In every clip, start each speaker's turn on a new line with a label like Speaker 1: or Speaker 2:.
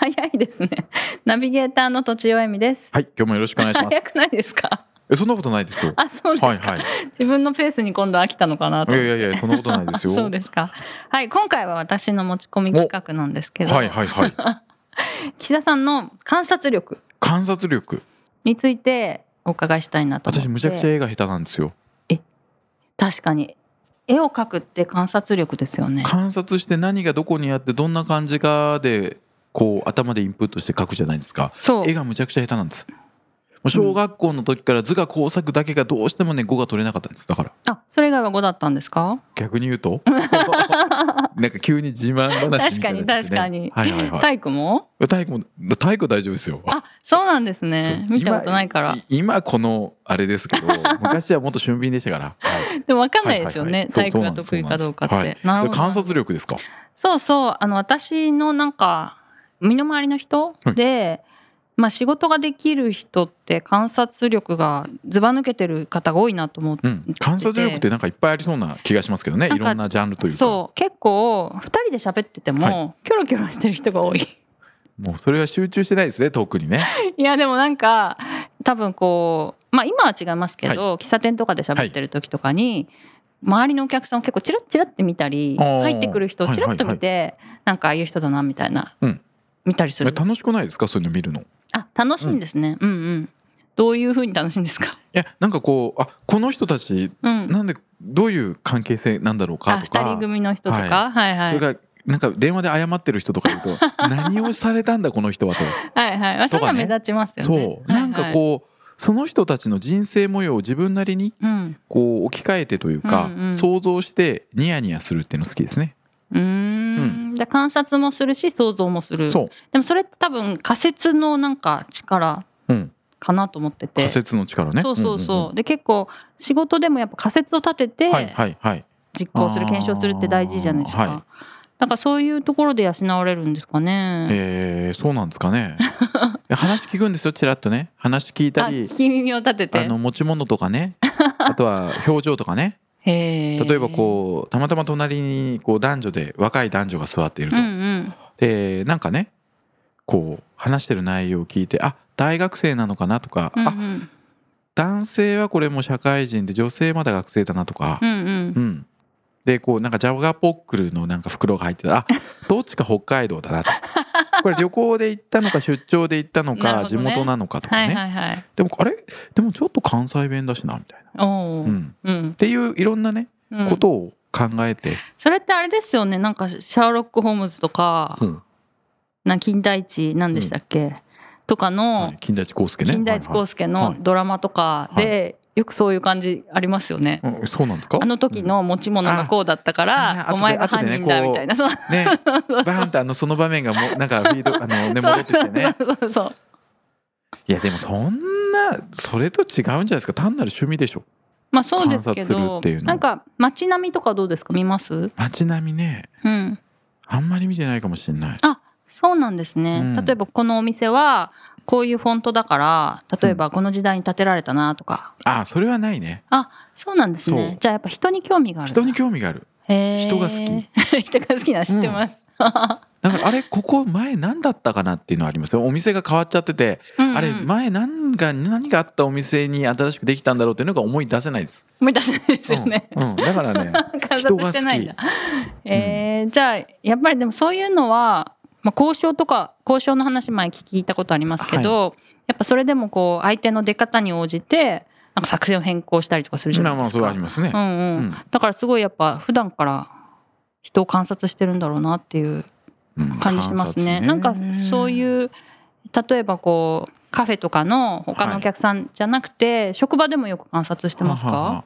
Speaker 1: 早いですねナビゲーターの土地尾恵美です
Speaker 2: はい今日もよろしくお願いしま す
Speaker 1: 早くないですか
Speaker 2: えそんなことないですよ
Speaker 1: あそうですか、
Speaker 2: はいはい
Speaker 1: 自分のペースに今度飽きたのかなと
Speaker 2: いやいやいやそんなことないですよ
Speaker 1: そうですかはい今回は私の持ち込み企画なんですけど、
Speaker 2: はいはいはい
Speaker 1: 岸田さんの観察力
Speaker 2: 観察力
Speaker 1: についてお伺いしたいなと思って
Speaker 2: 私むちゃくちゃ絵が下手なんですよ
Speaker 1: 確かに絵を描くって観察力ですよね
Speaker 2: 観察して何がどこにあってどんな感じかでこう頭でインプットして描くじゃないですか
Speaker 1: そう
Speaker 2: 絵がむちゃくちゃ下手なんですもう小学校の時から図画工作だけがどうしてもね語が取れなかったんですだから
Speaker 1: あそれ以外は5だったんですか
Speaker 2: 逆に言うと なんか急に自慢話みたいなやつですね
Speaker 1: 確かに確
Speaker 2: はいはいは
Speaker 1: 体育も
Speaker 2: い体育も体育は大丈夫ですよ
Speaker 1: あそうなんですね
Speaker 2: そう
Speaker 1: 見たことないから
Speaker 2: い今このあれです けど昔はもっと俊敏でしたから、はい
Speaker 1: でも分かんないですよ
Speaker 2: は
Speaker 1: ね、
Speaker 2: いはいはい
Speaker 1: 体育が得意かどうかって
Speaker 2: そうなん
Speaker 1: なる
Speaker 2: で
Speaker 1: ほど
Speaker 2: 観察力ですか
Speaker 1: そうそうあの私のなんか身の回りの人
Speaker 2: はい
Speaker 1: で、まあ、仕事ができる人って観察力がずば抜けてる方が多いなと思って、
Speaker 2: うん観察力ってなんかいっぱいありそうな気がしますけどね
Speaker 1: なん
Speaker 2: い
Speaker 1: か
Speaker 2: ろんなジャンルというか
Speaker 1: そう結構2人で喋ってても、
Speaker 2: は
Speaker 1: キョロキョロしてる人が多い
Speaker 2: もうそれは集中してないですね特にね
Speaker 1: いやでもなんか多分こうまあ今は違いますけど、喫茶店とかで喋ってる時とかに、周りのお客さんを結構チラッチラッて見たり
Speaker 2: あー
Speaker 1: 入ってくる人をチラッと見て、なんかああいう人だなみたいな、
Speaker 2: うん
Speaker 1: 見たりす
Speaker 2: え
Speaker 1: る
Speaker 2: 楽しくないですかそういうの見るのい
Speaker 1: あ楽しいんですね、うん、うんどういうふうに楽しいんですか、
Speaker 2: やなんかこうあこの人たち
Speaker 1: うん、
Speaker 2: なんでどういう関係性なんだろう
Speaker 1: あ
Speaker 2: かと
Speaker 1: 二
Speaker 2: か
Speaker 1: 人組の人とか、はい、はい
Speaker 2: それ
Speaker 1: はい
Speaker 2: からなんか電話で謝ってる人とかいると何をされたんだこの人はと
Speaker 1: はいあ そ
Speaker 2: と
Speaker 1: れは
Speaker 2: かね
Speaker 1: 目立ちますよね
Speaker 2: そうなんか
Speaker 1: う、
Speaker 2: こうその人たちの人生模様を自分なりに
Speaker 1: はいはい、
Speaker 2: こう置き換えてというか、
Speaker 1: うんうん
Speaker 2: 想像してニヤニヤするっていうの好きですね。
Speaker 1: うんうーんじゃあ観察もするし想像もする
Speaker 2: そ
Speaker 1: でもそれって多分仮説のなんか力
Speaker 2: う、うん、
Speaker 1: かなと思ってて
Speaker 2: 仮説の力ね。
Speaker 1: そうそうそう,、
Speaker 2: んんん
Speaker 1: で結構仕事でもやっぱ仮説を立てて
Speaker 2: はいはいはい。
Speaker 1: 実行する、
Speaker 2: あー
Speaker 1: 検証するって大事じゃないですか、
Speaker 2: はい
Speaker 1: なんかそういうところで養われるんですかね、
Speaker 2: えー、そうなんです かね。話聞くんですよちらっとね話聞いた
Speaker 1: あ
Speaker 2: り
Speaker 1: 聞き耳を立てて
Speaker 2: あの持ち物と かねあとは表情とかね
Speaker 1: 例
Speaker 2: 例えばこうたまたま隣にこう男女で若い男女が座っていると。
Speaker 1: うんうん、
Speaker 2: でなんかねこう話してる内容を聞いてあ大学生なのかなとか、
Speaker 1: うんう
Speaker 2: あ
Speaker 1: ん
Speaker 2: 男性はこれもう社会人で女性まだ学生だなとか。
Speaker 1: うんうん
Speaker 2: うん、でこうなんかジャガポックルのなんか袋が入ってたら あどっちか北海道だなとこれ旅行で行ったのか出張で行ったの
Speaker 1: なる
Speaker 2: か
Speaker 1: ほ
Speaker 2: 地
Speaker 1: どね
Speaker 2: 元なのかとか
Speaker 1: は
Speaker 2: ね
Speaker 1: いはいはい
Speaker 2: でもあれでもちょっと関西弁だしなみたいな、
Speaker 1: おお
Speaker 2: う
Speaker 1: ー
Speaker 2: ん、
Speaker 1: うん
Speaker 2: っていういろんなね、
Speaker 1: うん
Speaker 2: ことを考えて、
Speaker 1: それってあれですよねなんかシャーロック・ホームズとか、
Speaker 2: うん
Speaker 1: なんか金田一何でしたっけ、とかの、
Speaker 2: はい、金田一耕助ね
Speaker 1: 金田一耕
Speaker 2: 助、
Speaker 1: 助
Speaker 2: はいは
Speaker 1: の
Speaker 2: い
Speaker 1: ドラマとかで、よくそういう感じありますよね、
Speaker 2: はいはいうん、そうなんですか
Speaker 1: あの時の持ち物がこうだったから、
Speaker 2: うんあ
Speaker 1: お前が
Speaker 2: 後
Speaker 1: 犯
Speaker 2: で
Speaker 1: 人だ
Speaker 2: 後でねこう
Speaker 1: みたいな、そう
Speaker 2: うんねバーンってあのその場面が もうなんかフィードあのね戻ってきてね
Speaker 1: そうそうそう
Speaker 2: いやでもそんなそれと違うんじゃないですか単なる趣味でしょ
Speaker 1: まあそうですけ
Speaker 2: 観察する
Speaker 1: ど
Speaker 2: っていうの
Speaker 1: なんか街並みとかどうですか見ます
Speaker 2: 街並みね
Speaker 1: うん
Speaker 2: あんまり見てないかもしれない
Speaker 1: そうなんですね、
Speaker 2: うん
Speaker 1: 例えばこのお店はこういうフォントだから例えばこの時代に建てられたなとか、
Speaker 2: あそれはないね
Speaker 1: そうなんです
Speaker 2: そ
Speaker 1: ね
Speaker 2: う
Speaker 1: じゃあやっぱ人に興味があるんだ
Speaker 2: 人に興味がある
Speaker 1: へー
Speaker 2: 人が 好
Speaker 1: 人が好きなの知ってます、
Speaker 2: だからあれここ前何だったかなっていうのはありますよお店が変わっちゃってて、
Speaker 1: うんうん
Speaker 2: あれ前何が何があったお店に新しくできたんだろうっていうのが思い出せないです
Speaker 1: 思い出せないですよね、
Speaker 2: うんうんだから ね
Speaker 1: 観察してないんだ
Speaker 2: 人
Speaker 1: えーじゃあやっぱりでもそういうのは、まあ、交渉とか交渉の話前聞いたことありますけど、やっぱそれでもこう相手の出方に応じてなんか作戦を変更したりとかするじゃ
Speaker 2: ま
Speaker 1: ない
Speaker 2: あま
Speaker 1: で
Speaker 2: あ
Speaker 1: す
Speaker 2: それは
Speaker 1: か
Speaker 2: ありますね、
Speaker 1: うんうん
Speaker 2: うん
Speaker 1: だからすごいやっぱ普段から人を観察してるんだろうなっていう
Speaker 2: うん
Speaker 1: 感じしますね。なんかそう
Speaker 2: う
Speaker 1: いう例えばこうカフェとかの他のお客さんじゃなくて、職場でもよく観察してますか？
Speaker 2: ははは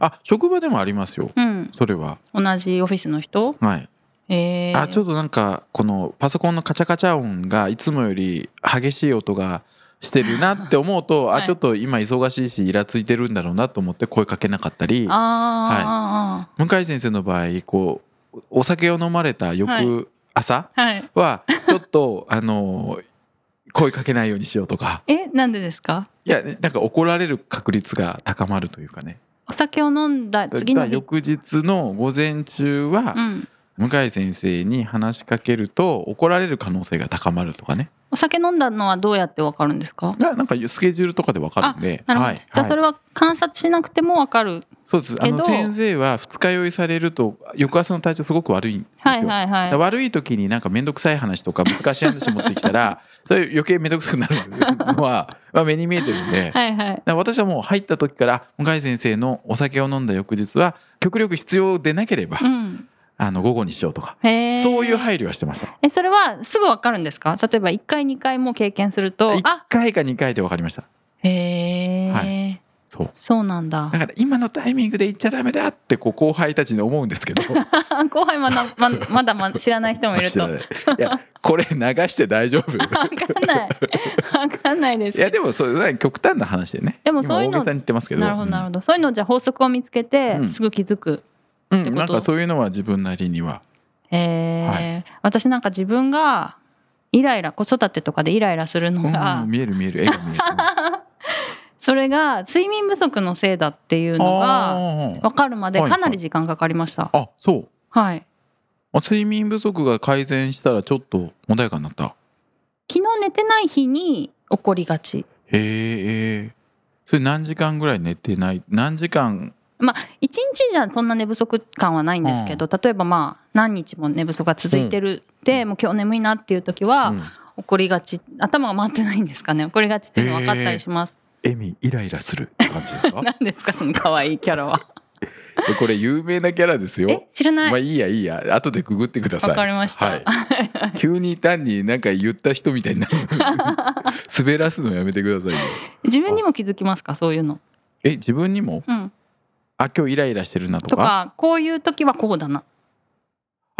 Speaker 2: あ職場でもありますよ
Speaker 1: うん、
Speaker 2: それは
Speaker 1: 同じオフィスの人。
Speaker 2: はい、
Speaker 1: えー、
Speaker 2: あちょっとなんかこのパソコンのカチャカチャ音がいつもより激しい音がしてるなって思うと、
Speaker 1: はい
Speaker 2: あちょっと今忙しいしイラついてるんだろうなと思って声かけなかったり
Speaker 1: あ
Speaker 2: 向井先生の場合こうお酒を飲まれた翌朝
Speaker 1: あ、はい。
Speaker 2: はちょっとあの声かけないようにしようとか
Speaker 1: え、なんでですか
Speaker 2: いやなんか怒られる確率が高まるというかね
Speaker 1: お酒を飲んだ次の
Speaker 2: だ
Speaker 1: 日。
Speaker 2: 翌日の午前中
Speaker 1: う
Speaker 2: は
Speaker 1: ん。
Speaker 2: 向井先生に話しかけると怒られる可能性が高まるとかね
Speaker 1: お酒飲んだのはどうやってわかるんですか
Speaker 2: ななんかスケジュールとかでわかるんで
Speaker 1: なるほど。
Speaker 2: はい
Speaker 1: じゃあそれは観察しなくてもわかる。
Speaker 2: そうです。あ
Speaker 1: け
Speaker 2: の
Speaker 1: ど
Speaker 2: 先生は二日酔いされると翌朝の体調すごく悪いんですよ。
Speaker 1: はいはいはい。
Speaker 2: だから悪い時になんか面倒くさい話とか難しい話持ってき たらそれ余計面倒くさくなるのは、まあ、目に見えてるんで、だか
Speaker 1: はいはい。
Speaker 2: ら私はもう入った時から向井先生のお酒を飲んだ翌日は極力必要でなければ、
Speaker 1: うん。
Speaker 2: あの午後にしようとか、
Speaker 1: へえ。
Speaker 2: そういう配慮はしてました
Speaker 1: え、それはすぐわかるんですか例えば一回二回も経験すると
Speaker 2: 1、
Speaker 1: あ、
Speaker 2: 回か2回で分かりました
Speaker 1: へえ、
Speaker 2: はそう
Speaker 1: そうなんだ
Speaker 2: だ。から今のタイミングで言っちゃダメだってこう後輩たちに思うんですけ ど
Speaker 1: 後輩まだままだま知らない人もいる
Speaker 2: 知
Speaker 1: と。
Speaker 2: ら
Speaker 1: わ
Speaker 2: ないいやこれ流して大丈夫
Speaker 1: かんない。わかんないです
Speaker 2: い
Speaker 1: け
Speaker 2: や
Speaker 1: ど。
Speaker 2: でもそれ極端な話でね
Speaker 1: でもそういう
Speaker 2: 今
Speaker 1: の
Speaker 2: 大げさに言ってますけど
Speaker 1: なるほどなるほど。そういうのじゃあ法則を見つけ
Speaker 2: う
Speaker 1: て
Speaker 2: ん
Speaker 1: すぐ気づく。
Speaker 2: うん
Speaker 1: ってこと
Speaker 2: なんかそういうのは自分なりには
Speaker 1: えー
Speaker 2: は
Speaker 1: 私なんか自分がイライラ子育てとかでイライラするの
Speaker 2: う
Speaker 1: が
Speaker 2: ん、見える見える絵が見える
Speaker 1: それが睡眠不足のせいだっていうのが
Speaker 2: あー
Speaker 1: 分かるまで
Speaker 2: はいはい
Speaker 1: かなり時間かかりました。
Speaker 2: あそう
Speaker 1: はい。
Speaker 2: あ睡眠不足が改善したらちょっと穏やかになった
Speaker 1: 昨日寝てない日に起こりがち。
Speaker 2: へえそれ何時間ぐらい寝てない何時間
Speaker 1: 一日じゃそんな寝不足感はないんですけど、例えばまあ何日も寝不足が続いてる、でもう今日眠いなっていう時は、
Speaker 2: うん
Speaker 1: 起こりがち頭が回ってないんですかね起こりがちっていうの分かったりします、
Speaker 2: エミイライラするって感じですか
Speaker 1: 何ですかその可愛いキャラは
Speaker 2: えこれ有名なキャラです
Speaker 1: え
Speaker 2: よ
Speaker 1: 知らない
Speaker 2: まあ
Speaker 1: わ、
Speaker 2: いいやいいや後でググってください
Speaker 1: かりました、
Speaker 2: はい急に単になんか言った人みたいになる滑らすのやめてくださいよ
Speaker 1: 自分にも気づきますかそういうの、
Speaker 2: え自分にも
Speaker 1: うん、
Speaker 2: あ今日イライラしてるなと
Speaker 1: と
Speaker 2: か
Speaker 1: かこういう時はこうだな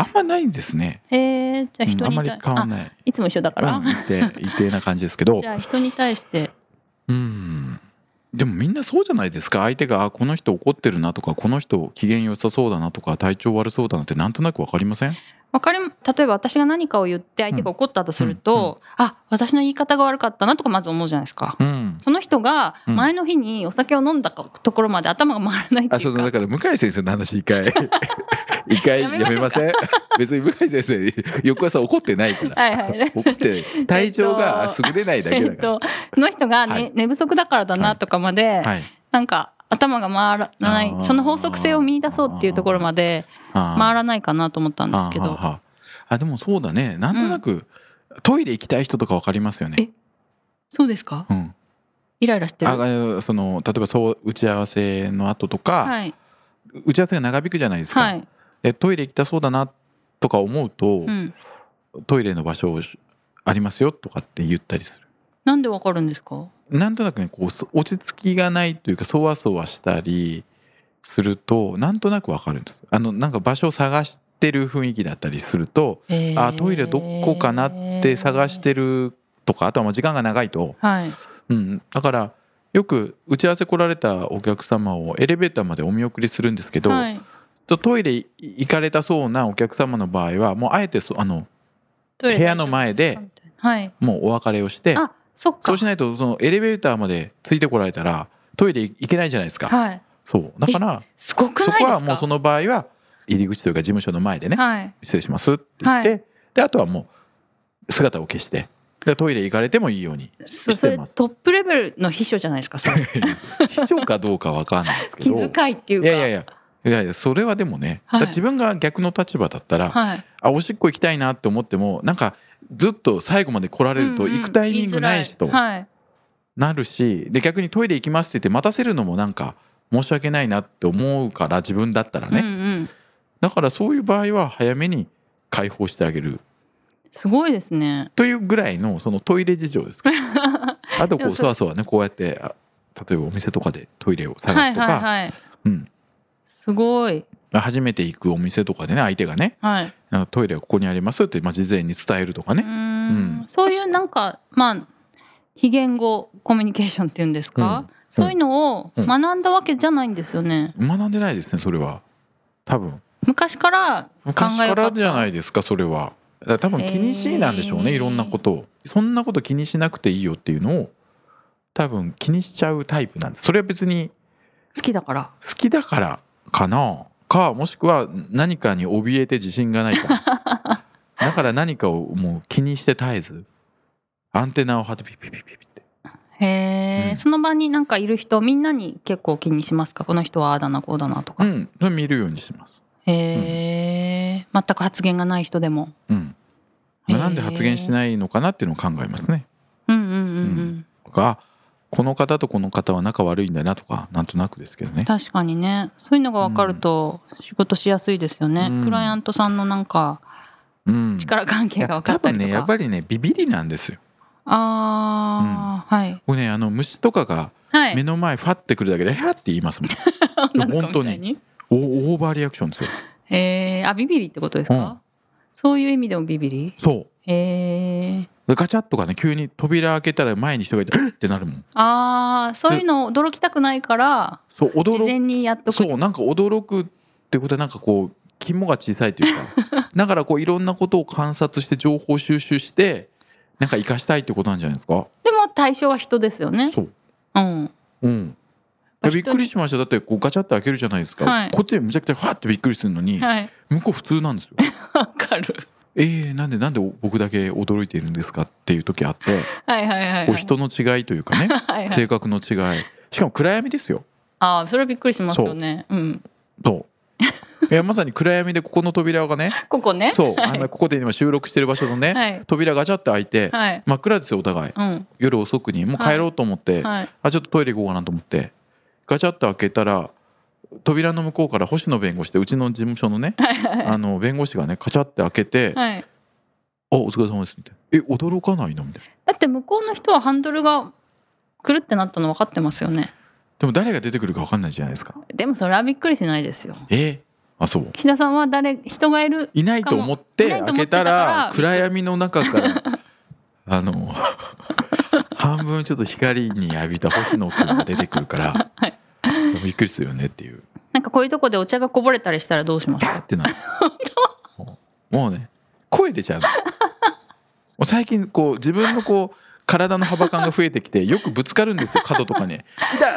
Speaker 2: あんまないんですね、
Speaker 1: へえじゃあ
Speaker 2: うん
Speaker 1: 人
Speaker 2: あん
Speaker 1: に
Speaker 2: まり
Speaker 1: 対
Speaker 2: 変わん
Speaker 1: あ
Speaker 2: ない
Speaker 1: いつも一緒だから、
Speaker 2: うん、一定一定な感じですけど
Speaker 1: じゃあ人に対して
Speaker 2: うんでもみんなそうじゃないですか相手があこの人怒ってるなとかこの人機嫌良さそうだなとか体調悪そうだなってなんとなくわかりません
Speaker 1: わかり例えば私が何かを言って相手が怒ったとすると、あ私の言い方が悪かったなとかまず思うじゃないですか、
Speaker 2: うん
Speaker 1: その人が
Speaker 2: うん
Speaker 1: 前の日にお酒を飲んだところまで頭が回らないって
Speaker 2: あ
Speaker 1: い
Speaker 2: そう
Speaker 1: う
Speaker 2: だ
Speaker 1: か
Speaker 2: だから向井先生の話一 回一回
Speaker 1: や
Speaker 2: や
Speaker 1: めま
Speaker 2: め
Speaker 1: しょ
Speaker 2: ま
Speaker 1: うか
Speaker 2: せん別に向井先生翌朝怒ってないから
Speaker 1: はい はい
Speaker 2: 怒って体調が優れないだけ
Speaker 1: え
Speaker 2: だ
Speaker 1: っ
Speaker 2: から、
Speaker 1: とその人が、ね
Speaker 2: はい
Speaker 1: 寝不足だからだなとかまで、
Speaker 2: はい
Speaker 1: なんか頭が回らな
Speaker 2: あ
Speaker 1: い
Speaker 2: ー
Speaker 1: その法則性を見出そうっていうところまで
Speaker 2: あー
Speaker 1: 回らないかなと思ったんですけ
Speaker 2: は
Speaker 1: ど
Speaker 2: あはあはああでもそうだねなんとなく、トイレ行きたい人とかわかりますよね
Speaker 1: えそうですか
Speaker 2: うん
Speaker 1: イライラしてる
Speaker 2: ああその例えばそう打ち合わせの後とか、
Speaker 1: はい
Speaker 2: 打ち合わせが長引くじゃないですか、
Speaker 1: はい、
Speaker 2: でトイレ行きたそうだなとか思うと
Speaker 1: う、ん、
Speaker 2: トイレの場所ありますよとかって言ったりする
Speaker 1: なんでわかるんですか
Speaker 2: なんとなくねこうそ落ち着きがないというかそわそわしたりするとなんとなくわかるんですあのなんか場所を探してる雰囲気だったりすると、あトイレどこかなって探してるとかあとはもう時間が長いと、
Speaker 1: はい
Speaker 2: うん、だからよく打ち合わせ来られたお客様をエレベーターまでお見送りするんですけど、
Speaker 1: はい
Speaker 2: とトイレ行かれたそうなお客様の場合はもうあえてそあの
Speaker 1: トイ
Speaker 2: 部
Speaker 1: レ
Speaker 2: 屋の前で
Speaker 1: はい
Speaker 2: もうお別れをして
Speaker 1: あそっ
Speaker 2: そ
Speaker 1: か
Speaker 2: うしないとそのエレベーターまでついてこられたらトイレ行けないじゃないですか
Speaker 1: はい
Speaker 2: そうだから
Speaker 1: すごく
Speaker 2: そ
Speaker 1: ないですか
Speaker 2: こはもうその場合は入り口というか事務所の前でね
Speaker 1: はい
Speaker 2: 失礼しますって言って、
Speaker 1: は
Speaker 2: であとはもう姿を消してでトイレ行かれてもいいように
Speaker 1: そ
Speaker 2: して
Speaker 1: それ
Speaker 2: ます
Speaker 1: トップレベルの秘書じゃないですかそれ
Speaker 2: 秘書かどうかわかんないですけ
Speaker 1: 気
Speaker 2: ど
Speaker 1: 遣いっていう
Speaker 2: い
Speaker 1: か
Speaker 2: やいやいやいやいやそれはでもね、
Speaker 1: はい
Speaker 2: だから自分が逆の立場だったら、
Speaker 1: はい
Speaker 2: あおしっこ行きたいなって思ってもなんかずっと最後まで来られると
Speaker 1: うんうん
Speaker 2: 行くタイミングないしと
Speaker 1: 言づらいはい
Speaker 2: なるし、で逆にトイレ行きますって言って待たせるのもなんか申し訳ないなって思うから自分だったらね、
Speaker 1: うんうん、
Speaker 2: だからそういう場合は早めに解放してあげる
Speaker 1: すごいですね
Speaker 2: というぐらいのそのトイレ事情 ですかあ
Speaker 1: で
Speaker 2: とこ
Speaker 1: も
Speaker 2: う
Speaker 1: そ
Speaker 2: そわそわねこうやってあ例えばお店とかでトイレを探
Speaker 1: は
Speaker 2: す
Speaker 1: い
Speaker 2: とか、
Speaker 1: はいはい
Speaker 2: うん
Speaker 1: すごい
Speaker 2: 初めて行くお店とかでね相手がね
Speaker 1: はい、
Speaker 2: あのトイレはここにありますって、まあ、事前に伝えるとかね
Speaker 1: うーんそういうなんかまあ非言語コミュニケーションっていうんですか、
Speaker 2: うん
Speaker 1: そういうのを
Speaker 2: うん
Speaker 1: 学んだわけじゃないんですよね。
Speaker 2: 学んでないですねそれは多分
Speaker 1: 昔から考
Speaker 2: 昔
Speaker 1: えよ
Speaker 2: か
Speaker 1: うからった
Speaker 2: じゃないですかそれはだから多分気にしいなんでしょう
Speaker 1: へ
Speaker 2: ね、
Speaker 1: ー
Speaker 2: いろんなことをそんなこと気にしなくていいよっていうのを多分気にしちゃうタイプなんですそれは別に
Speaker 1: 好きだから。
Speaker 2: 好きだからかなかもしくは何かに怯えて自信がない からだから何かをもう気にして絶えずアンテナを張ってピッピッピッピッピッって
Speaker 1: へえ、
Speaker 2: うん
Speaker 1: その場になんかいる人みんなに結構気にしますかこの人はああだなこうだなとか、
Speaker 2: うんそれ見るようにしてます
Speaker 1: へえ、全く発言がない人でも
Speaker 2: うん、まあ
Speaker 1: へー
Speaker 2: なんで発言しないのかなっていうのを考えますね
Speaker 1: うんうんうん、う、
Speaker 2: うんがこの方とこの方は仲悪いんだなとかなんとなくですけどね
Speaker 1: 確かにねそういうのが分かると仕事しやすいですよね、
Speaker 2: うん
Speaker 1: クライアントさんのなんか
Speaker 2: うん
Speaker 1: 力関係が分かったりと
Speaker 2: い
Speaker 1: か、
Speaker 2: や多分ねやっぱりねビビりなんですよ
Speaker 1: ああ、はい
Speaker 2: 僕ねあの虫とかが
Speaker 1: はい
Speaker 2: 目の前ファってくるだけで「へ、はって言い ますもん
Speaker 1: 女の子
Speaker 2: 本当
Speaker 1: みたい
Speaker 2: におオーバーリアクションですよ
Speaker 1: えー、あビビリってことですか、
Speaker 2: うん
Speaker 1: そういう意味でもビビリ
Speaker 2: そう
Speaker 1: えー、
Speaker 2: でガチャッとかね急に扉開けたら前に人がいて「えっ!」ってなるもん
Speaker 1: あーそういうの驚きたくないから
Speaker 2: そう
Speaker 1: 事
Speaker 2: 驚
Speaker 1: 前にやっとく
Speaker 2: くそうなんか驚くってことはなんかこう肝が小さいとい うかだからこういろんなことを観察して情報収集してなんか生かしたいってことなんじゃないですか
Speaker 1: でも対象は人ですよね
Speaker 2: そう
Speaker 1: うん
Speaker 2: うんいやびっくりしましただってこうガチャッと開けるじゃないですか、
Speaker 1: はい
Speaker 2: こっちでむちゃくちゃファってびっくりするのに、
Speaker 1: はい
Speaker 2: 向こう普通なんです よ
Speaker 1: わかる
Speaker 2: えー、なんでなんで僕だけ驚いているんですかっていう時あって
Speaker 1: はいはいはい、はい、
Speaker 2: こう人の違いというかね
Speaker 1: はい、はい、
Speaker 2: 性格の違いしかも暗闇ですよ
Speaker 1: ああそれはびっくりしますよねうん
Speaker 2: そう。い やまさに暗闇でここの扉がね、
Speaker 1: ここね
Speaker 2: そう、あのここで今収録してる場所のね、
Speaker 1: はい
Speaker 2: 扉ガチャって開いて、
Speaker 1: はい
Speaker 2: 真っ暗ですよお互い。
Speaker 1: うん
Speaker 2: 夜遅くにもう帰ろうと思って、
Speaker 1: はい
Speaker 2: あちょっとトイレ行こうかなと思って、ガチャって開けたら扉の向こうから星野弁護士でうちの事務所のね、あの弁護士がねガチャって開けて、あ
Speaker 1: はい
Speaker 2: お疲れ様ですみたいな。え驚かないのみたいな。
Speaker 1: だって向こうの人はハンドルがくるってなったの分かってますよね
Speaker 2: でも誰が出てくるか分かんないじゃないですか。
Speaker 1: でもそれはびっくりしないですよ
Speaker 2: えあそう。
Speaker 1: 岸田さんは誰人がいる
Speaker 2: いないと思って
Speaker 1: いないと
Speaker 2: 開
Speaker 1: 思っ
Speaker 2: け
Speaker 1: てた
Speaker 2: た
Speaker 1: から
Speaker 2: ら暗闇の中から あの 半分ちょっと光に浴びた星野くんが出てくるから、びっくりするよねっていう
Speaker 1: なんかこういうとこでお茶がこぼれたりしたらどうしまし ょ
Speaker 2: パーってなるもうもうね声出ちゃうのもう最近こう自分のこう体の幅感が増えてきてよくぶつかるんですよ角とかに「痛っ!」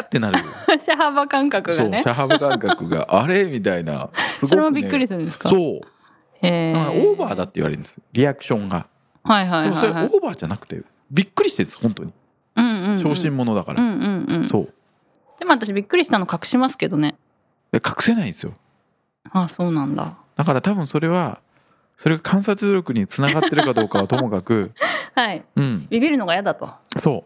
Speaker 2: ってなる
Speaker 1: う車幅感覚
Speaker 2: そ
Speaker 1: が
Speaker 2: う
Speaker 1: ね
Speaker 2: 車幅感覚があれみたいな
Speaker 1: そ
Speaker 2: すごく、ね、
Speaker 1: れもびっくりするんですか
Speaker 2: そう
Speaker 1: へ
Speaker 2: だから
Speaker 1: ー
Speaker 2: オーバーだって言われるんですリアクションが。
Speaker 1: はいはい
Speaker 2: でもそ
Speaker 1: はい
Speaker 2: れオ
Speaker 1: はい
Speaker 2: ーバーじゃなくてびっくりしてるんです本当に
Speaker 1: うんうんうん
Speaker 2: 小心者だか
Speaker 1: う
Speaker 2: ら、
Speaker 1: んうんうん
Speaker 2: そう
Speaker 1: でも私びっくりしたの隠しますけどね
Speaker 2: で隠せないんですよ
Speaker 1: あそうなんだ
Speaker 2: だから多分それはそれが観察力につながってるかどうかはともかく
Speaker 1: はい
Speaker 2: うん
Speaker 1: ビビるのが嫌だと
Speaker 2: そ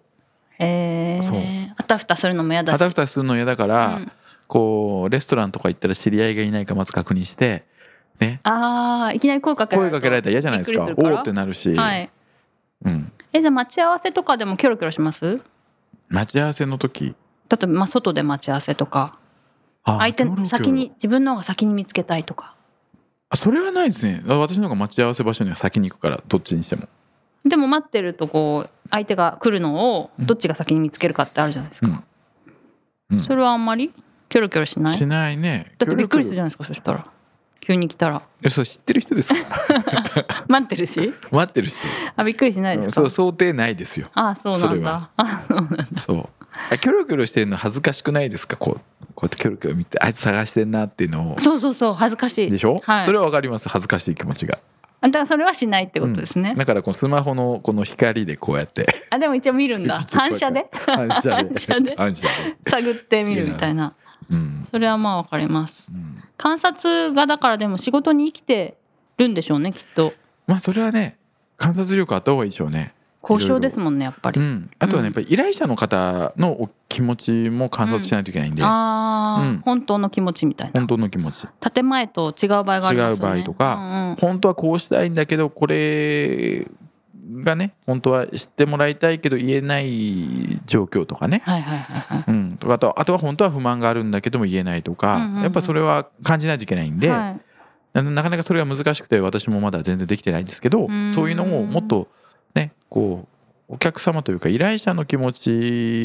Speaker 1: へ
Speaker 2: そう
Speaker 1: えあたふたするのも嫌
Speaker 2: う
Speaker 1: だし
Speaker 2: はたふたするの嫌だから、
Speaker 1: うん
Speaker 2: こうレストランとか行ったら知り合いがいないかまず確認して
Speaker 1: あーいきなり声かけられ
Speaker 2: 声
Speaker 1: ると
Speaker 2: かけられたら嫌じゃないですか
Speaker 1: びっくりする
Speaker 2: お
Speaker 1: から
Speaker 2: おってなるし、
Speaker 1: はい
Speaker 2: うん、
Speaker 1: えじゃあ待ち合わせとかでもキョロキョロします
Speaker 2: 待ち合わせの時
Speaker 1: 例えばまあ外で待ち合わせとか
Speaker 2: あ
Speaker 1: 相手
Speaker 2: キョロキョロ
Speaker 1: 先に自分の方が先に見つけたいとか
Speaker 2: あそれはないですねあ私の方が待ち合わせ場所には先に行くからどっちにしても、
Speaker 1: でも待ってるとこう相手が来るのを
Speaker 2: うん
Speaker 1: どっちが先に見つけるかってあるじゃないですか、
Speaker 2: うん、
Speaker 1: それはあんまりキョロキョロしない
Speaker 2: しないね
Speaker 1: だってびっくりするじ
Speaker 2: ゃ
Speaker 1: ゃないですかそしたら急に来 たら
Speaker 2: 知ってる人ですか ら
Speaker 1: 待ってるし
Speaker 2: 待ってるし、
Speaker 1: あびっくりしないですか、
Speaker 2: そう想定ないで すよ。
Speaker 1: あそう
Speaker 2: そ
Speaker 1: なん
Speaker 2: れ
Speaker 1: だ
Speaker 2: は
Speaker 1: あ
Speaker 2: そう。あキョロキョロしてるの恥ずかしくないですか。こうこうやってキョロキョロ見てあいつ探してんなっていうの を
Speaker 1: そうそうそう恥ずかしい
Speaker 2: でしょ。
Speaker 1: はい
Speaker 2: それはわかります。恥ずかしい気持ちが。
Speaker 1: あだからそれはしないってことですね、
Speaker 2: だからこのスマホのこの光でこうやって
Speaker 1: あでも一応見る んだ
Speaker 2: 一応こう
Speaker 1: 反
Speaker 2: やって
Speaker 1: 射で
Speaker 2: 反射で
Speaker 1: 反射で
Speaker 2: 反射で
Speaker 1: 探ってみるみたいな
Speaker 2: うん。
Speaker 1: それはまあわかります
Speaker 2: うん
Speaker 1: 観察がだからでも仕事に生きてるんでしょうねきっと
Speaker 2: まあそれはね観察力あった方がいいでしょうね。
Speaker 1: 交渉ですもんねやっぱり、
Speaker 2: うん。あとはねやっぱり依頼者の方のお気持ちも観察しないといけないんで、
Speaker 1: ああ、
Speaker 2: うん
Speaker 1: 本当の気持ちみたいな
Speaker 2: 本当の気持ち。
Speaker 1: 建前と違う場合がありますよね
Speaker 2: 違う場合とか
Speaker 1: うんうん
Speaker 2: 本当はこうしたいんだけどこれがね本当は知ってもらいたいけど言えない状況とかね、
Speaker 1: はいはいはいはい
Speaker 2: うん、あとあとは本当は不満があるんだけども言えないとか、
Speaker 1: うんうんうん
Speaker 2: やっぱそれは感じないといけないんで、
Speaker 1: はい
Speaker 2: ななかなかそれが難しくて私もまだ全然できてないんですけど
Speaker 1: ん
Speaker 2: そういうのをもっとねこうお客様というか依頼者の気持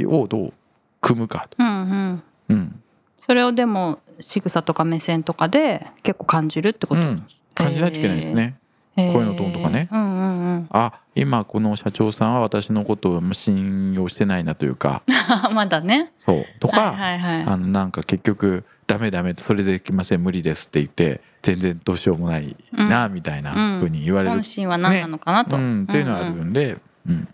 Speaker 2: ちをどう組むかと、
Speaker 1: うんうん
Speaker 2: うん
Speaker 1: それをでも仕草とか目線とかで結構感じるってこ
Speaker 2: う
Speaker 1: と、
Speaker 2: ん、感じないといけないですね。
Speaker 1: えー
Speaker 2: 声のトーンとかね
Speaker 1: うんうんうん
Speaker 2: あ今この社長さんは私のことを信用してないなというか
Speaker 1: まだね
Speaker 2: そうとか、
Speaker 1: はいはいはい
Speaker 2: あのなんか結局「ダメダメそれできません無理です」って言って全然どうしようもないなみたいなふうに言われる、
Speaker 1: 本心は何なのかなと、
Speaker 2: うんっていうのはある
Speaker 1: んん
Speaker 2: んで、うん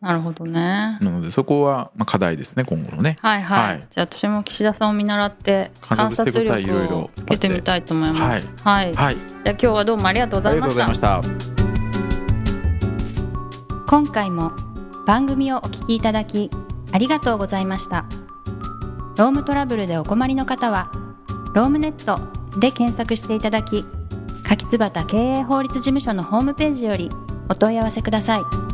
Speaker 1: なるほどね
Speaker 2: なのでそこはまあ課題ですね今後のね。
Speaker 1: はいはい、
Speaker 2: はい
Speaker 1: じゃあ私も岸田さんを見習って観
Speaker 2: 観察して
Speaker 1: 察
Speaker 2: ください
Speaker 1: 力をつけてみたいと思います
Speaker 2: は
Speaker 1: はい、
Speaker 2: い、
Speaker 1: じゃあ
Speaker 2: はい、
Speaker 1: 今日はどうもありがとうご
Speaker 2: あ
Speaker 1: ざ
Speaker 2: り
Speaker 1: い
Speaker 2: がと
Speaker 1: ま
Speaker 2: うご
Speaker 1: した
Speaker 2: ざいました。
Speaker 1: 今回も番組をお聞きいただきありがとうございましたロームトラブルでお困りの方はロームネットで検索していただき柿椿経営法律事務所のホームページよりお問い合わせください